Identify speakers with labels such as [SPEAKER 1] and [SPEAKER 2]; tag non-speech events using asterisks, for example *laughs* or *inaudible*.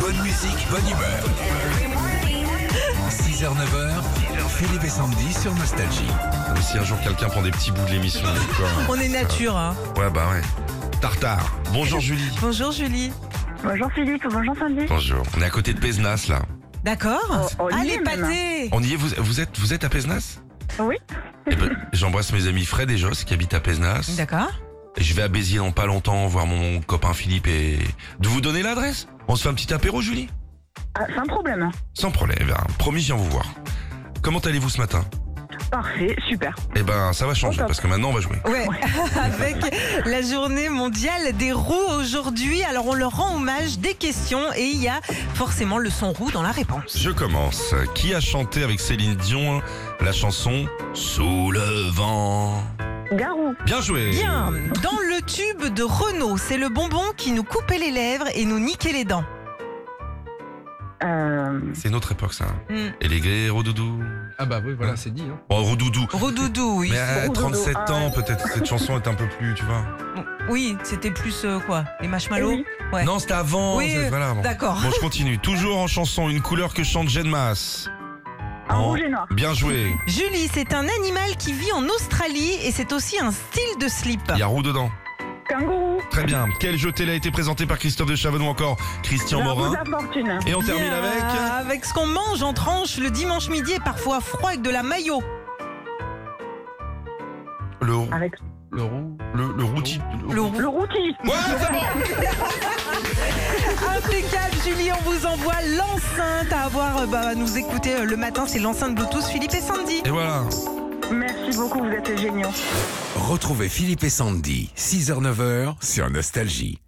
[SPEAKER 1] Bonne musique, bonne humeur. 6h, 9h, Philippe et Sandy sur Nostalgie.
[SPEAKER 2] Mais Si un jour quelqu'un prend des petits bouts de l'émission, quoi.
[SPEAKER 3] On est nature, hein.
[SPEAKER 2] Ouais, bah ouais. Tartare. Bonjour Julie.
[SPEAKER 3] Bonjour Julie.
[SPEAKER 4] Bonjour Philippe, bonjour Sandy.
[SPEAKER 2] Bonjour. On est à côté de Pézenas là.
[SPEAKER 3] D'accord.
[SPEAKER 4] Oh, on y
[SPEAKER 3] Ah,
[SPEAKER 4] est
[SPEAKER 3] les
[SPEAKER 4] même.
[SPEAKER 3] pâtés.
[SPEAKER 2] On y est, vous, vous êtes, vous êtes à Pézenas
[SPEAKER 4] Oui,
[SPEAKER 2] Eh ben, J'embrasse mes amis Fred et Joss qui habitent à Pézenas.
[SPEAKER 3] D'accord.
[SPEAKER 2] Je vais à Béziers dans pas longtemps voir mon copain Philippe et. De vous donner l'adresse On se fait un petit apéro, Julie
[SPEAKER 4] Ah, sans problème.
[SPEAKER 2] Sans problème. Eh ben, promis, je viens vous voir. Comment allez-vous ce matin
[SPEAKER 4] Parfait, super.
[SPEAKER 2] Eh ben, ça va changer
[SPEAKER 4] Au top.
[SPEAKER 2] parce que maintenant on va jouer.
[SPEAKER 3] Ouais. Avec *laughs* la journée mondiale des roues aujourd'hui. Alors, on leur rend hommage des questions et il y a forcément le son roux dans la réponse.
[SPEAKER 2] Je commence. Qui a chanté avec Céline Dion la chanson Sous le vent
[SPEAKER 4] Garou,
[SPEAKER 2] Bien joué
[SPEAKER 3] Bien. Dans le tube de Renault, c'est le bonbon qui nous coupait les lèvres et nous niquait les dents.
[SPEAKER 4] euh,
[SPEAKER 2] C'est notre époque ça.
[SPEAKER 3] Hmm.
[SPEAKER 2] Et les gars, Rodoudou
[SPEAKER 5] Ah bah oui, voilà, c'est dit. Hein.
[SPEAKER 2] Oh, Rodoudou
[SPEAKER 3] Redoudou, oui.
[SPEAKER 2] Mais à
[SPEAKER 4] Rodoudou,
[SPEAKER 2] 37
[SPEAKER 4] ah
[SPEAKER 2] ans,
[SPEAKER 4] ouais.
[SPEAKER 2] peut-être cette chanson est un peu plus, tu vois.
[SPEAKER 3] Oui, c'était plus euh, quoi Les marshmallows
[SPEAKER 4] Oui.
[SPEAKER 3] Ouais.
[SPEAKER 2] Non, c'était avant.
[SPEAKER 3] Oui,
[SPEAKER 2] c'est-
[SPEAKER 3] euh,
[SPEAKER 2] voilà, bon.
[SPEAKER 3] D'accord.
[SPEAKER 2] Bon, je continue. Toujours en chanson, une couleur que chante Jane Maas.
[SPEAKER 4] en
[SPEAKER 2] Oh.
[SPEAKER 4] rouge et noir.
[SPEAKER 2] Bien joué.
[SPEAKER 3] Julie, c'est un animal qui vit en Australie et c'est aussi un style de slip.
[SPEAKER 2] Il y a roux dedans.
[SPEAKER 4] Kangourou,
[SPEAKER 2] Très bien. Quel jeu télé a été présenté par Christophe de Chavannes ou encore Christian
[SPEAKER 4] la roue de
[SPEAKER 2] Morin
[SPEAKER 4] la fortune.
[SPEAKER 2] Et on termine
[SPEAKER 3] Bien,
[SPEAKER 2] avec.
[SPEAKER 3] Avec ce qu'on mange en tranche le dimanche midi et parfois froid avec de la maillot.
[SPEAKER 2] Le,
[SPEAKER 4] Avec
[SPEAKER 5] Le roux.
[SPEAKER 2] le, le routi.
[SPEAKER 3] Le roux.
[SPEAKER 4] le routi.
[SPEAKER 2] Ouais, c'est bon
[SPEAKER 3] Impeccable, Julie, on vous envoie l'enceinte à avoir euh, bah, à nous écouter euh, le matin. C'est l'enceinte Bluetooth Philippe et Sandy.
[SPEAKER 2] Et voilà.
[SPEAKER 4] Merci beaucoup, vous êtes géniaux.
[SPEAKER 1] Retrouvez Philippe et Sandy, 6h, 9h sur Nostalgie.